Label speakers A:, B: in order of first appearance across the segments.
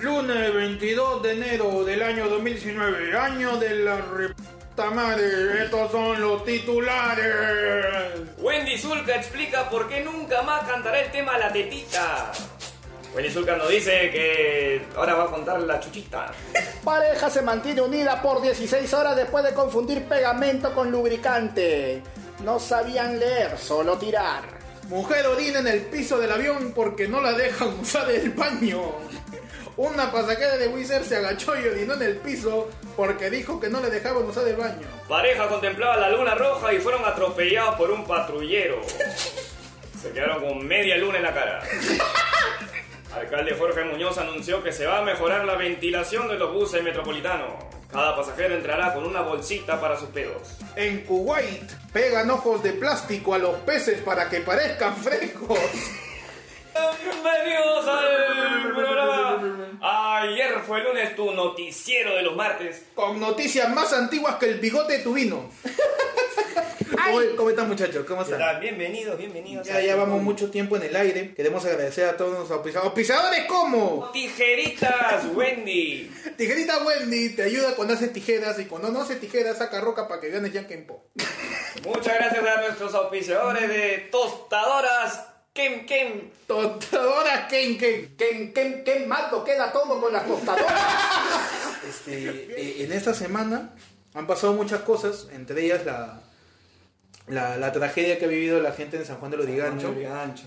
A: Lunes 22 de enero del año 2019, año de la re- puta madre. Estos son los titulares.
B: Wendy Zulka explica por qué nunca más cantará el tema La Tetita. Wendy Zulka nos dice que ahora va a contar la chuchita.
C: Pareja se mantiene unida por 16 horas después de confundir pegamento con lubricante. No sabían leer, solo tirar.
A: Mujer orina en el piso del avión porque no la dejan usar el baño. Una pasajera de Wizz Air se agachó y orinó en el piso porque dijo que no le dejaban usar el baño.
B: Pareja contemplaba la luna roja y fueron atropellados por un patrullero. Se quedaron con media luna en la cara. Alcalde Jorge Muñoz anunció que se va a mejorar la ventilación de los buses metropolitanos. Cada pasajero entrará con una bolsita para sus pedos.
A: En Kuwait pegan ojos de plástico a los peces para que parezcan frescos.
B: Bienvenidos al programa. Ayer fue el lunes tu noticiero de los martes.
A: Con noticias más antiguas que el bigote de tu vino. ¿Cómo, cómo están muchachos? ¿Cómo están?
B: Bienvenidos, bienvenidos.
A: Ya, ya vamos mucho tiempo en el aire. Queremos agradecer a todos los auspiciadores. ¿Auspiciadores cómo?
B: Tijeritas, Wendy.
A: Tijerita Wendy te ayuda cuando haces tijeras y cuando no haces tijeras saca roca para que ganes Yankee Po.
B: Muchas gracias a nuestros auspiciadores de tostadoras. Kem Kem.
A: Totadora Ken Ken.
C: ¿Qué, qué, qué malo queda todo con las tostadoras?
A: Este, eh, en esta semana han pasado muchas cosas, entre ellas la, la, la tragedia que ha vivido la gente en San Juan de Lurigancho.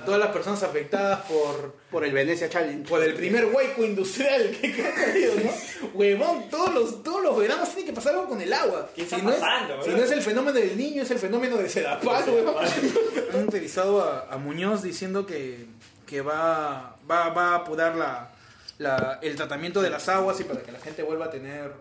A: Todas las personas afectadas por,
C: Por el Venecia Challenge.
A: por el primer hueco industrial que que ha caído, ¿no? Huevón, todos los, todos los veranos tiene que pasar algo con el agua.
B: ¿Qué está
A: si, no es,
B: pasando,
A: si
B: bro?
A: no es el fenómeno del niño, es el fenómeno de Sedapal, huevón. Han utilizado a, a Muñoz diciendo que, que va, va, va a apurar la, la- el tratamiento de las aguas y para que la gente vuelva a tener,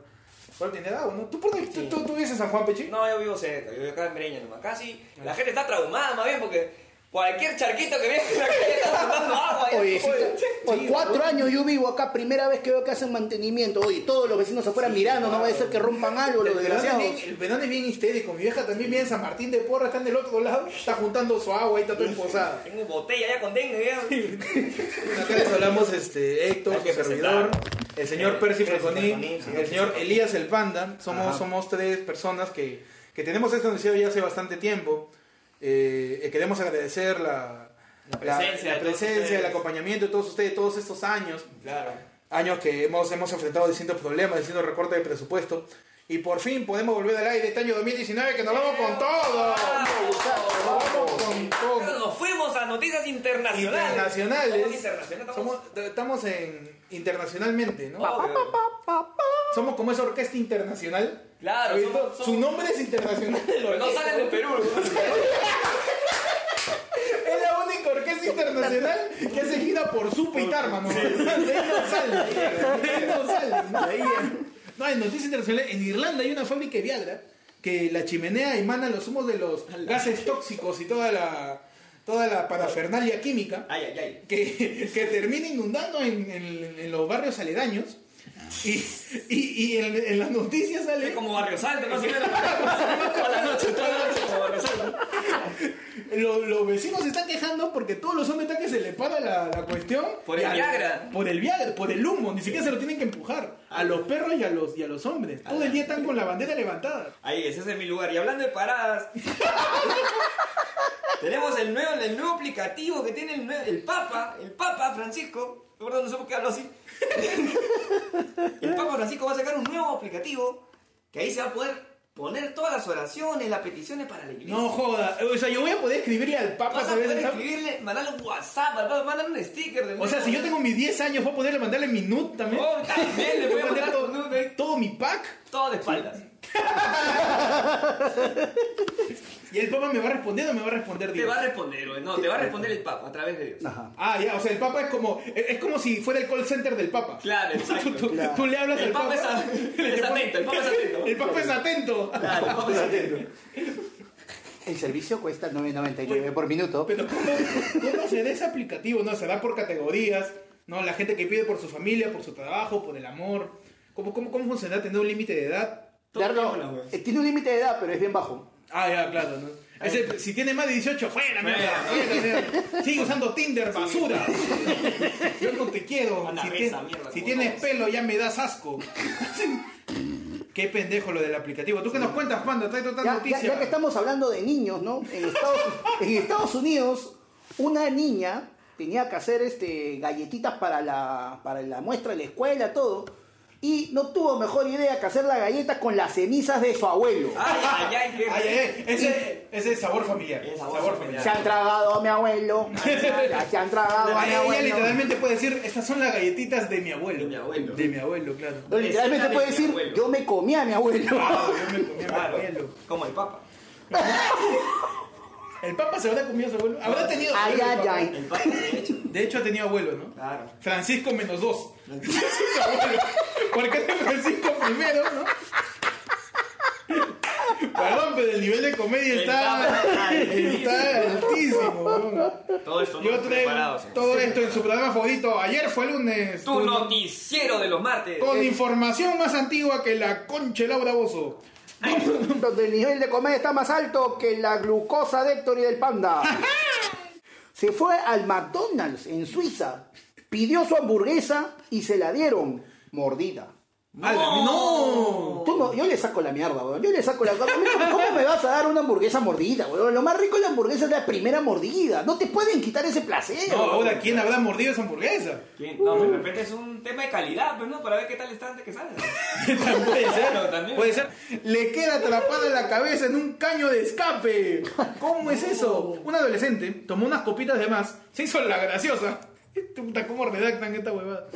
A: vuelva a tener agua, ¿no? ¿Tú por qué tú, tú, tú vives en San Juan Pechín?
B: No, yo vivo cerca, yo vivo acá en Breña nomás. Casi la gente está traumada más bien porque cualquier charquito que viene en la calle está soltando agua.
C: Oye, sí,
B: Oye,
C: por Pues cuatro años yo vivo acá, primera vez que veo que hacen mantenimiento. Oye, todos los vecinos afuera mirando, no va a ser que rompan algo, los
A: El verano, es
C: desgraciados.
A: bien, el verano es bien histérico. Mi vieja también viene en San Martín de Porra, está en el otro lado, está juntando su agua y está todo emposada.
B: Tengo botella ya con dengue. ya.
A: Acá les hablamos este, Héctor,
B: Hay que
A: su servidor,
B: presentar.
A: el señor
B: Eh,
A: Percy
B: Percy
A: Falconi,
B: Falconi,
A: el
B: señor
A: señor, Elías el Panda. Somos, somos tres personas que, que tenemos este noticiero ya hace bastante tiempo. Eh, eh, queremos agradecer la, la-
B: presencia
A: la
B: de todos
A: presencia, el
B: ustedes.
A: acompañamiento de todos ustedes todos estos años.
B: Claro.
A: Años que hemos, hemos enfrentado distintos problemas, distintos recortes de presupuesto. Y por fin podemos volver al aire este año 2019 que nos vamos con todo. Nos vamos con todo.
B: Pero nos fuimos a noticias internacionales. Somos
A: Internacionales.
B: internacionales,
A: Somos,
B: estamos-
A: estamos en internacionalmente, ¿no?
B: Obvio.
A: Somos como esa orquesta internacional.
B: Claro,
A: ¿Has visto?
B: somos- somos-
A: Su nombre es internacional. de la
B: Pero no
A: orquesta.
B: salen de Perú.
A: Es la única orquesta internacional que se gira por Supo y Tarma, ¿no? De ahí no sale. De ahí no sale, ¿no? No, en noticias internacionales, en Irlanda hay una fábrica de Viagra que la chimenea emana los humos de los gases tóxicos y toda la, toda la parafernalia química.
B: Ay, ay, ay.
A: que, que termina inundando en, en- en los barrios aledaños. Y, y, y en, en las noticias
B: Es
A: sale
B: como Barrio Salto, no sé qué. Toda la noche, toda la noche como Barrio Salto.
A: lo- los vecinos se están quejando porque todos los hombres están que se les para la, la cuestión
B: Por el
A: Y al-
B: Viagra.
A: por el Viagra, por el humo, ni siquiera se lo tienen que empujar a los perros y a los y a los hombres. Todo el día están con la bandera levantada.
B: Ahí es, ese es mi lugar. Y hablando de paradas, tenemos el nuevo, el nuevo aplicativo que tiene el, nue- el Papa, el Papa Francisco. Perdón, no sé por qué hablo así. El Papa Francisco va a sacar un nuevo aplicativo que ahí se va a poder poner todas las oraciones, las peticiones para la iglesia.
A: No joda, o sea, yo voy a poder escribirle al Papa,
B: Vas a
A: Ah, pues, eh, ¿sabes?
B: poder escribirle, mandarle un WhatsApp, al Papa, mandarle un sticker. del
A: O sea,
B: nuevo-
A: si yo tengo mis 10 años, voy a poderle mandarle mi nude también.
B: Oh, también le voy a
A: Voy a
B: mandar
A: mandar
B: un nude.
A: todo mi pack.
B: Todo de espaldas.
A: Y el Papa me va a responder o me va a responder
B: Te
A: Dios.
B: va a responder, güey. No, te va a responder el Papa a través de Dios.
C: Ajá.
A: Ah, ya, o sea, el Papa es como es es como si fuera el call center del Papa.
B: Claro,
A: Tú, tú-
B: exacto.
C: Claro.
A: tú le hablas
B: El
A: al
B: Papa
A: Papa.
B: es, a- es atento, el Papa es atento.
A: El Papa es atento.
B: Claro, el Papa es atento.
C: El servicio cuesta 9.99 por minuto.
A: Pero ¿cómo, cómo será ese aplicativo? No, será por categorías, ¿no? La gente que pide por su familia, por su trabajo, por el amor. ¿Cómo, cómo, cómo funcionará tener un límite de edad?
C: Dardo,
B: Todo bien,
C: eh, tiene un límite de edad, pero es bien bajo.
A: Ah, ya, claro, ¿no? Ese, si tiene más de 18, fuera, mierda. fuera. Sigue usando Tinder, basura. Yo no te quiero.
B: Anda,
A: Si,
B: reza,
A: tien-
B: mierda,
A: si
B: como
A: tienes
B: todos.
A: pelo, ya me das asco. Qué pendejo lo del aplicativo. ¿Tú qué nos cuentas, Panda? Trae total
C: Ya, ya-
A: noticia.
C: ya que estamos hablando de niños, ¿no? En Estados, en Estados Unidos, una niña tenía que hacer este, galletitas para la, para la muestra de la escuela, todo. Y no tuvo mejor idea que hacer las galletas con las cenizas de su abuelo.
B: Ay, ay, ay, qué-
A: Ay, ay, ay. Ese, ese es sabor familiar.
B: Es
A: sabor,
B: sabor
A: familiar.
B: familiar.
C: Se han tragado a mi abuelo. Se han tragado a
A: Ay,
C: mi
A: ella
C: abuelo.
A: literalmente puede decir, estas son las galletitas de mi abuelo.
B: De mi abuelo.
A: De mi abuelo, claro.
C: No,
B: Vecina
C: literalmente
B: de
C: puede
B: mi
C: decir,
B: abuelo.
C: yo me comí a mi abuelo.
A: Ah, yo me comí a mi
B: Claro,
A: abuelo.
B: como el papa.
A: El papa se habrá comido a su abuelo. Habrá tenido
C: Ay,
A: abuelo el
C: ay,
A: Papa?
C: ay.
B: El papa, de hecho.
A: De hecho ha tenido abuelo, ¿no?
B: Claro.
A: Francisco menos dos. Francisco abuelo. Porque es Francisco primero, ¿no? Perdón, pero el nivel de comedia
B: El
A: está,
B: Papa, ay,
A: está altísimo. ¿no?
B: Todo esto
A: Yo
B: no
A: traigo
B: preparado. señor.
A: todo esto en su programa favorito. Ayer fue lunes.
B: Tu noticiero de los martes.
A: Con información más antigua que la concha de Laura Bozo.
C: donde el nivel de comedia está más alto que la glucosa de Héctor y del panda. Se fue al McDonald's en Suiza, pidió su hamburguesa y se la dieron mordida.
A: Ala, ¡No!
C: Tú no- yo le saco la mierda, weón. Yo le saco la. ¿Cómo, cómo me vas a dar una hamburguesa mordida, weón? Lo más rico de la hamburguesa es la primera mordida. No te pueden quitar ese placer.
A: No,
C: weón.
A: ahora, ¿quién habrá mordido esa hamburguesa?
B: ¿Quién? No, de repente es un tema de calidad, pues no, para ver qué tal está antes que salga.
A: Puede
B: Claro,
A: ser,
B: también.
A: puede ser. Le queda atrapada la cabeza en un caño de escape. ¿Cómo es eso? Un adolescente tomó unas copitas de más, se hizo la graciosa. Este Puta, ¿Cómo redactan esta huevada?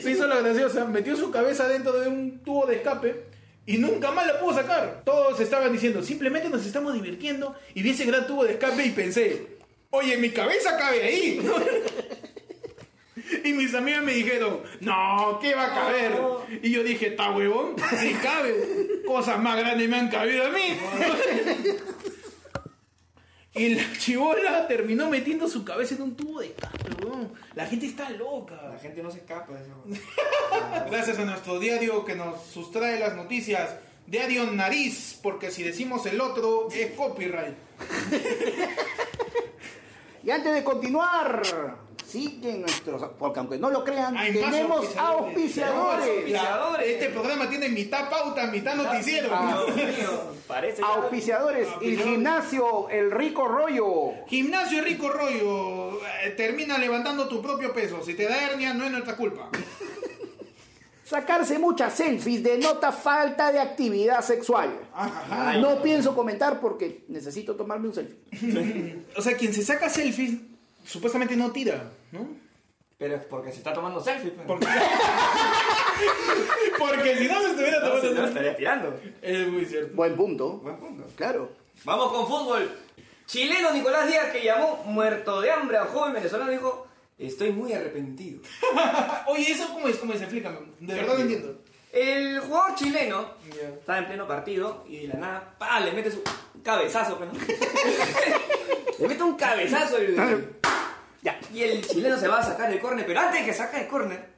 A: Se hizo la graciosa, metió su cabeza dentro de un tubo de escape y nunca más la pudo sacar. Todos estaban diciendo, simplemente nos estamos divirtiendo y vi ese gran tubo de escape y pensé, oye, mi cabeza cabe ahí. Y mis amigas me dijeron, no, ¿qué va a caber? Y yo dije, está huevón, sí cabe. Cosas más grandes me han cabido a mí. Y la chibola terminó metiendo su cabeza en un tubo de escape, huevón. La gente está loca.
B: gente no se escapa de eso.
A: Gracias a nuestro diario que nos sustrae las noticias. Diario Nariz, porque si decimos el otro es copyright.
C: Y antes de continuar, sí que nuestros. Porque aunque no lo crean,
A: Hay más
C: tenemos
A: auspiciadores.
C: auspiciadores.
A: La- este programa tiene mitad pauta, mitad noticiero.
C: Ah.
B: Parece. ya-
C: Auspiciadores, el gimnasio, el rico rollo.
A: Gimnasio Rico Rollo, eh, termina levantando tu propio peso. Si te da hernia, no es nuestra culpa.
C: Sacarse muchas selfies denota falta de actividad sexual.
A: Ajá.
C: No pienso comentar porque necesito tomarme un selfie.
A: O sea, quien se saca selfies, supuestamente no tira, ¿no?
B: Pero es porque se está tomando selfie. Pues.
A: Porque, Porque si no se estuviera
B: No, si no,
A: tomando...
B: estaría tirando.
A: Es muy cierto.
C: Buen punto.
B: Buen punto.
C: Claro.
B: Vamos con fútbol. Chileno Nicolás Díaz que llamó muerto de hambre a un joven venezolano dijo, estoy muy arrepentido.
A: Ah, Oye, ¿eso cómo es? ¿Cómo es? Explícame. De verdad no entiendo.
B: El jugador chileno
A: Ya.
B: estaba en pleno partido y de la nada, pa, le mete su cabezazo, pues, ¿no? le mete un cabezazo el-
C: Ya.
B: y el chileno se va a sacar el córner, pero antes de que saca el córner,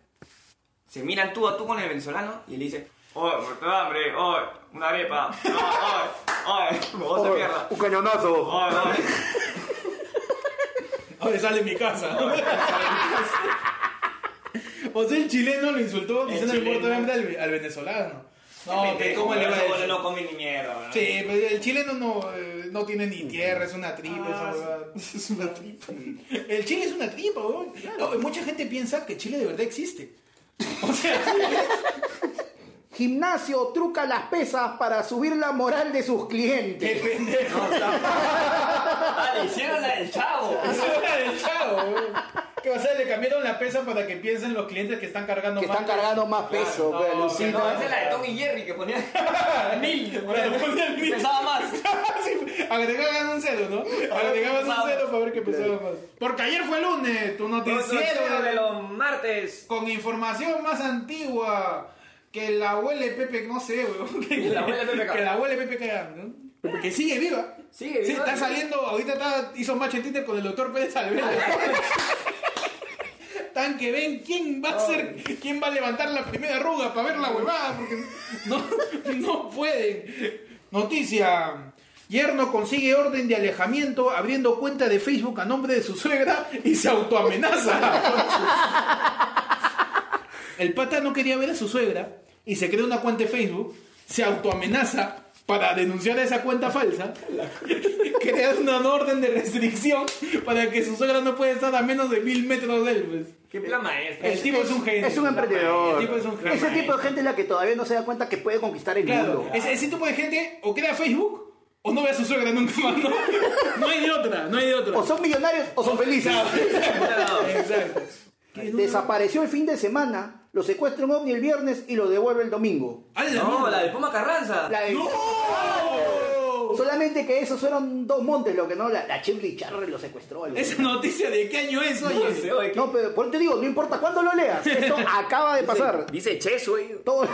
B: se miran tú a tú con el venezolano y le dice, oye, muerto de hambre, oye, una arepa, oye, oye, oye, me voy a hacer mierda,
C: Un cañonazo.
B: oye, oye".
A: Ahora sale en mi casa. o sea, el chileno lo insultó
B: El
A: diciendo
B: chileno.
A: importa de hambre al, al venezolano. No, que
B: Pendejo,
A: ¿cómo le va a
B: ese
A: decir?
B: boludo no come ni mierda, ¿no?
A: Sí, pero el chileno no, eh, no tiene ni tierra, es una tripa esa huevada.
B: Es una tripa.
A: El Chile es una tripa, weón. No, mucha gente piensa que Chile de verdad existe. O sea,
C: Gimnasio truca las pesas para subir la moral de sus
A: qué
C: clientes.
A: pendejo.
B: Ah, le hicieron la del chavo.
A: Es hora del chavo, weón. Que, o sea, le cambiaron la pesa para que piensen los clientes que están cargando
C: Que
A: más.
C: están cargando más peso,
A: no,
C: pues,
A: que
C: alucina.
B: No, esa es la de Tom y Jerry que ponía mil.
A: Claro, ponían mil.
B: Pesaba más.
A: Sí, Agregaban un cero, ¿no? Agregaban un
B: pesaba.
A: cero para ver qué pesaba más. Porque ayer fue lunes, tu
B: Noticiero de
A: noticiero.
B: los martes.
A: Con información más antigua que la abuela de Pepe, no sé, weón. Que
B: la abuela de Pepe Ca-
A: Que la abuela de Pepe Ca- ¿no? Que sigue viva.
B: Sigue
A: Sí,
B: viva.
A: está saliendo, ahorita está, hizo match en Twitter con el doctor Pérez Alberto. Tan que ven quién va a ser, quién va a levantar la primera arruga para ver la huevada, porque no, no pueden. Noticia. Yerno consigue orden de alejamiento abriendo cuenta de Facebook a nombre de su suegra y se autoamenaza. El pata no quería ver a su suegra y se crea una cuenta de Facebook, se autoamenaza para denunciar a esa cuenta falsa, crea una orden de restricción para que su suegra no pueda estar a menos de mil metros de él. pues.
B: ¿Qué plan maestro?
A: El tipo es un genio.
C: Es un emprendedor.
A: El tipo es un genio.
C: Ese tipo de gente es la que todavía no se da cuenta que puede conquistar el
A: Claro,
C: mundo.
A: ese, ese tipo de gente o crea Facebook o no ve a su suegra nunca más, ¿no? No hay de otra, no hay de otra.
C: O son millonarios o son felices.
A: Claro, exacto, exacto.
C: Desapareció el fin de semana, lo secuestra un ovni el viernes y lo devuelve el domingo.
A: ¡A la
B: No,
A: mierda!
B: la del Puma Carranza.
C: La de-
A: ¡No!
C: Solamente que esos fueron dos montes, lo que no, la, la Chip Richard lo secuestró. algo.
A: Esa noticia de qué año es, oye.
B: Dice, oye, ¿qué-
C: No, pero por eso te digo, no importa cuándo lo leas, esto acaba de pasar.
B: Dice Cheso, eh.
C: Todo-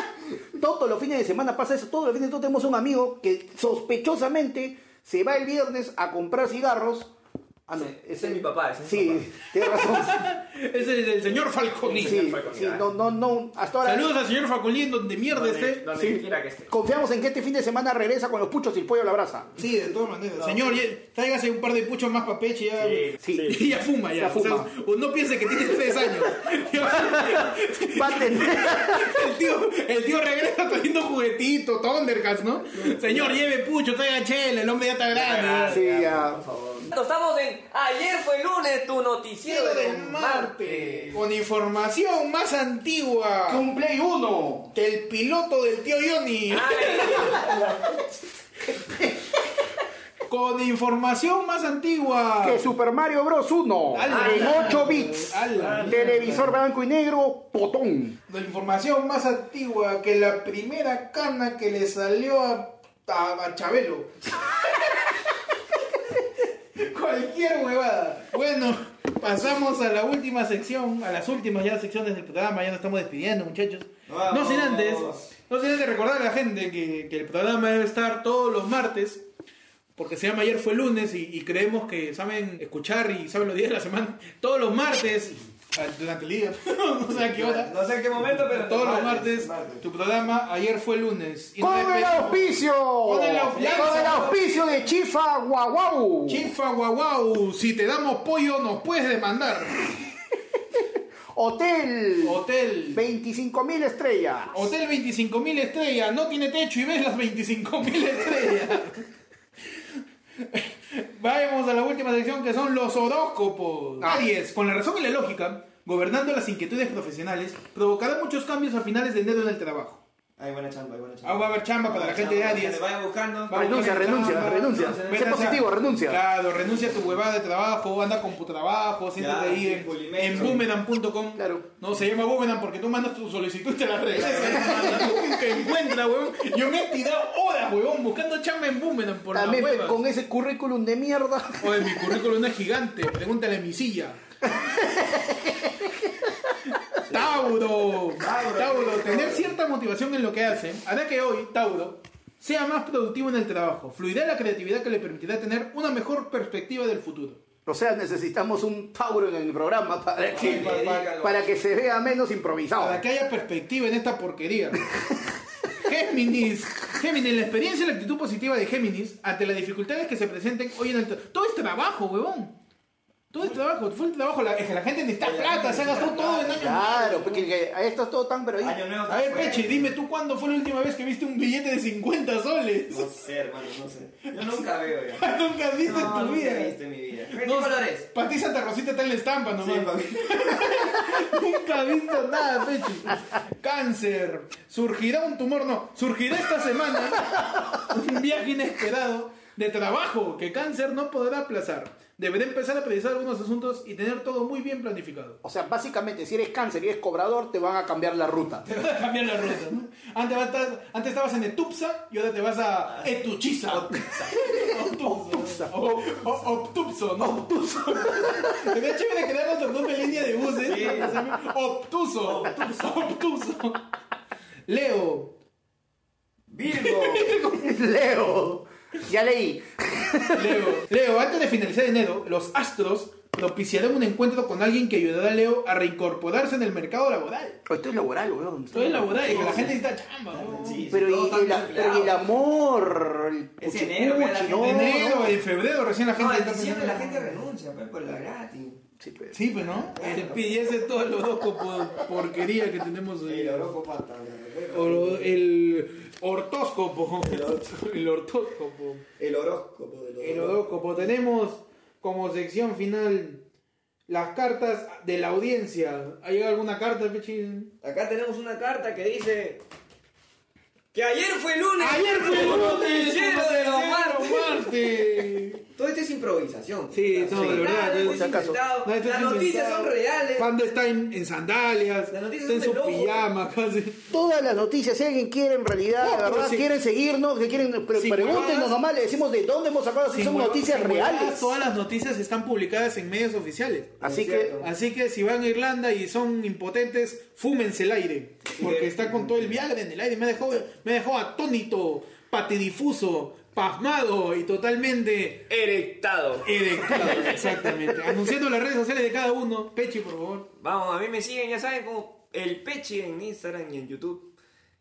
C: todos los fines de semana pasa eso, todos los fines de semana tenemos un amigo que sospechosamente se va el viernes a comprar cigarros. Ah, no,
B: ese es mi papá, ese es mi
C: Sí, tienes razón.
A: Ese es el señor Falconi.
C: Sí,
B: Falcón,
C: sí,
B: ya.
C: no, no, no, hasta ahora
A: Saludos al señor Falconi en donde mierda esté.
B: Donde
C: Sí.
B: quiera que esté.
C: confiamos en que este fin de semana regresa con los puchos y el pollo a la brasa.
A: Sí, de todas maneras. Señor, ya- tráigase un par de puchos más para peche ya.
B: Sí,
C: Sí.
A: Y ya fuma, ya.
C: Ya
A: O sea,
C: fuma.
A: o no piense que tiene tres años.
C: Va a tener-
A: El tío, el tío regresa trayendo juguetitos, Thundercats, ¿no? Señor, lleve pucho, traiga chela, el hombre ya está grande.
C: Sí, ya.
B: Estamos en. Ayer fue lunes, tu noticiero
A: Cielo del Marte, con información más antigua
C: Que un Play 1.
A: que el piloto del tío Johnny. Con información más antigua.
C: Que Super Mario Bros. 1.
A: Ala.
C: En 8 bits.
A: Ala.
C: Televisor blanco y negro, potón.
A: La información más antigua que la primera cana que le salió a, a, a Chabelo. Cualquier huevada. Bueno, pasamos a la última sección, a las últimas ya secciones del programa. Ya nos estamos despidiendo, muchachos. No sin antes, no sin antes recordar a la gente que, que el programa debe estar todos los martes. Porque se llama ayer fue lunes y, y creemos que saben escuchar y saben los días de la semana. Todos los martes, Ah, durante el día, no sé a qué hora.
B: No sé en qué momento, pero.
A: Todos los martes, tu programa ayer fue lunes. Y
C: Con
A: no hay
C: el
A: pe-
C: auspicio. Con
A: el auspicio.
C: el auspicio de Chifa Guaguau.
A: Chifa guaguau, si te damos pollo nos puedes demandar.
C: Hotel.
A: Hotel.
C: 25.000 estrellas.
A: Hotel 25.000 estrellas, no tiene techo y ves las 25.000 estrellas. Vamos a la última sección que son los horóscopos.
C: Ah.
A: Aries, con la razón y la lógica, gobernando las inquietudes profesionales, provocará muchos cambios a finales de enero en el trabajo.
B: Hay buena chamba, hay buena chamba.
A: Ah, va a haber chamba para la gente de Aries.
B: Vayan buscando.
A: Vamos
C: Renuncia,
A: con el
C: renuncia,
A: chamba,
C: renuncia.
A: vete
C: Sé
A: a-
C: positivo, renuncia.
A: Claro, renuncia a tu huevada de trabajo, anda con tu trabajo, siéntate
B: Ya,
A: ahí
B: sí,
A: en,
B: Polimetro.
A: en boomerang.com.
C: Claro.
A: No, se llama boomerang porque tú mandas tu solicitud y te la regresas. Nunca encuentra, huevón. Yo me he tirado horas, huevón, buscando chamba en boomerang por la
C: También
A: hueva.
C: con ese currículum de mierda.
A: Oye, mi currículum es gigante, pregúntale a mi silla. Tauro, Tauro, tener cierta motivación en lo que hacen hará que hoy, Tauro, sea más productivo en el trabajo. Fluirá la creatividad que le permitirá tener una mejor perspectiva del futuro.
C: O sea, necesitamos un Tauro en el programa para que,
A: pa-
B: pa-
C: para que se vea menos improvisado.
A: Para que haya perspectiva en esta porquería. Géminis. Géminis, la experiencia y la actitud positiva de Géminis ante las dificultades que se presenten hoy en el tra- Todo es trabajo, huevón. Todo es trabajo, fue el trabajo. La, es que la gente necesita plata, se ha gastado todo en años.
C: Claro, porque que a esto es todo tan pero ahí-
B: Año nuevo.
A: A ver, pues. Peche, dime tú cuándo fue la última vez que viste un billete de 50 soles.
B: No sé, hermano, no sé. Yo nunca veo ya.
A: Nunca has visto
B: No,
A: en tu
B: nunca
A: vida.
B: he visto en mi vida. ¿Qué
A: No,
B: colores?
A: Para ti Santa Rosita está en la estampa nomás.
B: Sí, papi.
A: Nunca he visto nada, Pechi. Cáncer. Surgirá un tumor, no. Surgirá esta semana un viaje inesperado de trabajo que Cáncer no podrá aplazar. Deberá empezar a precisar algunos asuntos y tener todo muy bien planificado.
C: O sea, básicamente, si eres cáncer y eres cobrador, te van a cambiar la ruta.
A: Te vas a cambiar la ruta, ¿no? Antes, vas a estar- antes estabas en Etupsa y ahora te vas a Etuchiza. Optusa. O- o- Obtupso, ¿no? Obtuso. Sería chévere crear nuestra propia línea de ¿eh? buses. Obtuso. Obtuso. Leo.
B: Virgo.
C: Leo, ya leí.
A: Leo. Leo, antes de finalizar enero, los astros propiciarán un encuentro con alguien que ayudará a Leo a reincorporarse en el mercado laboral.
C: Pero Esto es laboral, weón.
A: Todo es laboral, es que la gente necesita chamba, weón.
B: Sí,
C: Pero
B: todo
C: y,
B: está
C: y la-
B: mezclado.
C: pero y el amor, el
B: Es enero, la
C: cuchicuchi,
B: gente-
C: no,
A: En enero,
C: no.
A: en febrero recién la gente
B: No, en
A: está
B: diciembre la
A: pensando-
B: gente renuncia, pues, por la gratis.
C: Sí, pero-
A: Sí, pues no. El PDS de todo el horóscopo porquería que tenemos hoy.
B: El horóscopo hasta
A: O- el ortóscopo. El ortóscopo.
B: El horóscopo del
A: El horóscopo. Tenemos como sección final las cartas de la audiencia. ¿Hay alguna carta, Pichín?
B: Acá tenemos una carta que dice que ayer fue lunes.
A: ¡Ayer fue el lunes!
B: Lleno de los martes.
A: martes!
B: Todo esto es improvisación.
A: Sí, todo, de verdad,
B: Nada,
A: es-
B: esto es
C: acaso.
B: inventado.
A: No, esto
B: Las
A: es
B: noticias
A: inventado.
B: son reales.
A: Panda está en, en sandalias,
B: Las noticias
A: está en
B: son
A: su
B: de loco.
A: pijama casi.
C: Todas las noticias, si alguien quiere en realidad,
A: No,
C: la
A: pero
C: verdad,
A: sí.
C: quieren seguirnos, que quieren, pero
A: Sí,
C: pregúntenos
A: huevadas.
C: nomás, le decimos de dónde hemos sacado, si
A: Sin
C: son
A: huevo-
C: noticias
A: sin huevadas,
C: reales.
A: Todas las noticias están publicadas en medios oficiales.
C: Así
B: Es
C: que,
B: cierto.
A: Así que si van a Irlanda y son impotentes, fúmense el aire. Porque está con todo el Viagra en el aire. Me dejó, me dejó atónito, patidifuso, pasmado y totalmente
B: Erectado.
A: erectado. Exactamente. Anunciando las redes sociales de cada uno. Pechi, por favor.
B: Vamos, a mí me siguen, ya saben, como el pechi en Instagram y en YouTube.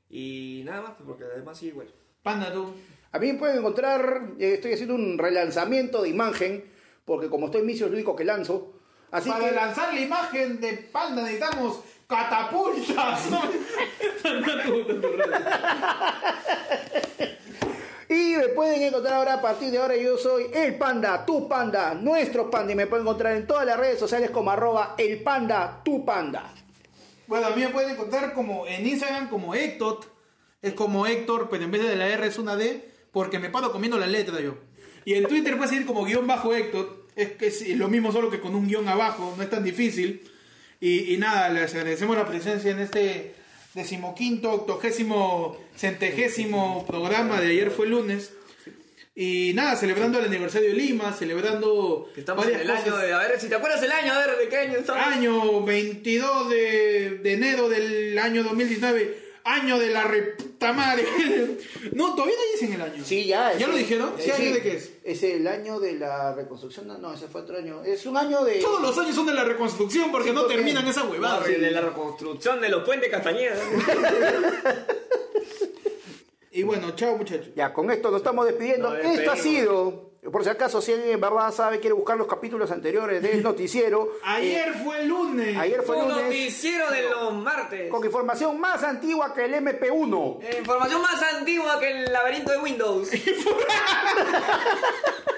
B: Y nada más, pues, porque además sigue igual.
A: Panda, tú.
C: a mí me pueden encontrar, eh, estoy haciendo un relanzamiento de imagen, porque como estoy en misio es lo único que lanzo. Así
A: Para
C: que,
A: lanzar la imagen de Panda necesitamos catapultas. Panda, tú, tú, tú, tú.
C: y me pueden encontrar ahora, a partir de ahora yo soy el panda, tu panda, nuestro panda, y me pueden encontrar en todas las redes sociales como arroba el panda, tu panda.
A: Bueno, a mí me pueden encontrar como en Instagram como Héctor. Es como Héctor, pero en vez de la R es una D, porque me paro comiendo la letra yo. Y en Twitter puede seguir como guión bajo Héctor. Es que es lo mismo, solo que con un guión abajo, no es tan difícil. Y, y nada, les agradecemos la presencia en este decimoquinto, octogésimo, centegésimo programa de ayer fue lunes. Y nada, celebrando el aniversario de Lima, celebrando
B: Que estamos en el
A: cosas Ah,
B: año de. A ver, si te acuerdas el año, a ver, de qué año estamos.
A: año 22 de, de enero del año 2019, año de la repta madre. No, todavía no dicen el año.
C: Sí, Eh, ya.
A: ¿Ya
C: es-
A: lo dijeron? ¿Qué
C: es-
A: año de qué es?
C: Es el año de la reconstrucción. No, no, ese fue otro año. Es un año de.
A: Todos los años son de la reconstrucción porque
C: Sí,
A: no
C: porque-
A: terminan esa
B: Ah,
A: huevada.
B: pero De la reconstrucción de los puentes Castañeda.
A: Y bueno, chao muchachos.
C: Ya, con esto nos estamos despidiendo.
B: Nos
C: esto ha
B: despedimos.
C: sido. Por si acaso, si alguien en verdad sabe, quiere buscar los capítulos anteriores del noticiero.
A: Ayer fue el lunes.
C: eh, ayer fue
B: Un
C: lunes.
B: noticiero de los martes.
C: Con información más antigua que el MP1.
B: Eh, Información más antigua que el laberinto de Windows. ¡Ah,